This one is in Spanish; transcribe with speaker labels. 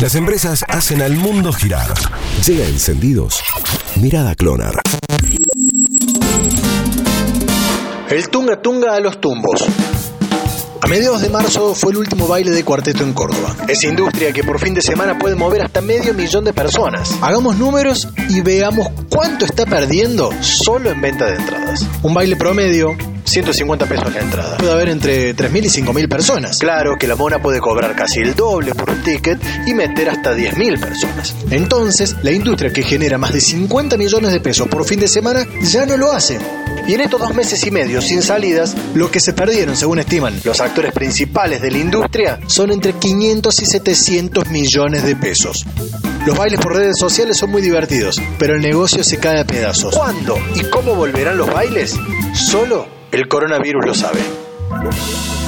Speaker 1: Las empresas hacen al mundo girar. Llega encendidos. Mirada Clonar.
Speaker 2: El tunga tunga a los tumbos. A mediados de marzo fue el último baile de cuarteto en Córdoba. Esa industria que por fin de semana puede mover hasta medio millón de personas. Hagamos números y veamos cuánto está perdiendo solo en venta de entradas. Un baile promedio, 150 pesos la entrada. Puede haber entre 3.000 y 5.000 personas. Claro que la mona puede cobrar casi el doble por un ticket y meter hasta 10.000 personas. Entonces, la industria que genera más de 50 millones de pesos por fin de semana ya no lo hace. Y en estos dos meses y medio sin salidas, lo que se perdieron, según estiman los actores principales de la industria, son entre 500 y 700 millones de pesos. Los bailes por redes sociales son muy divertidos, pero el negocio se cae a pedazos. ¿Cuándo y cómo volverán los bailes? Solo el coronavirus lo sabe.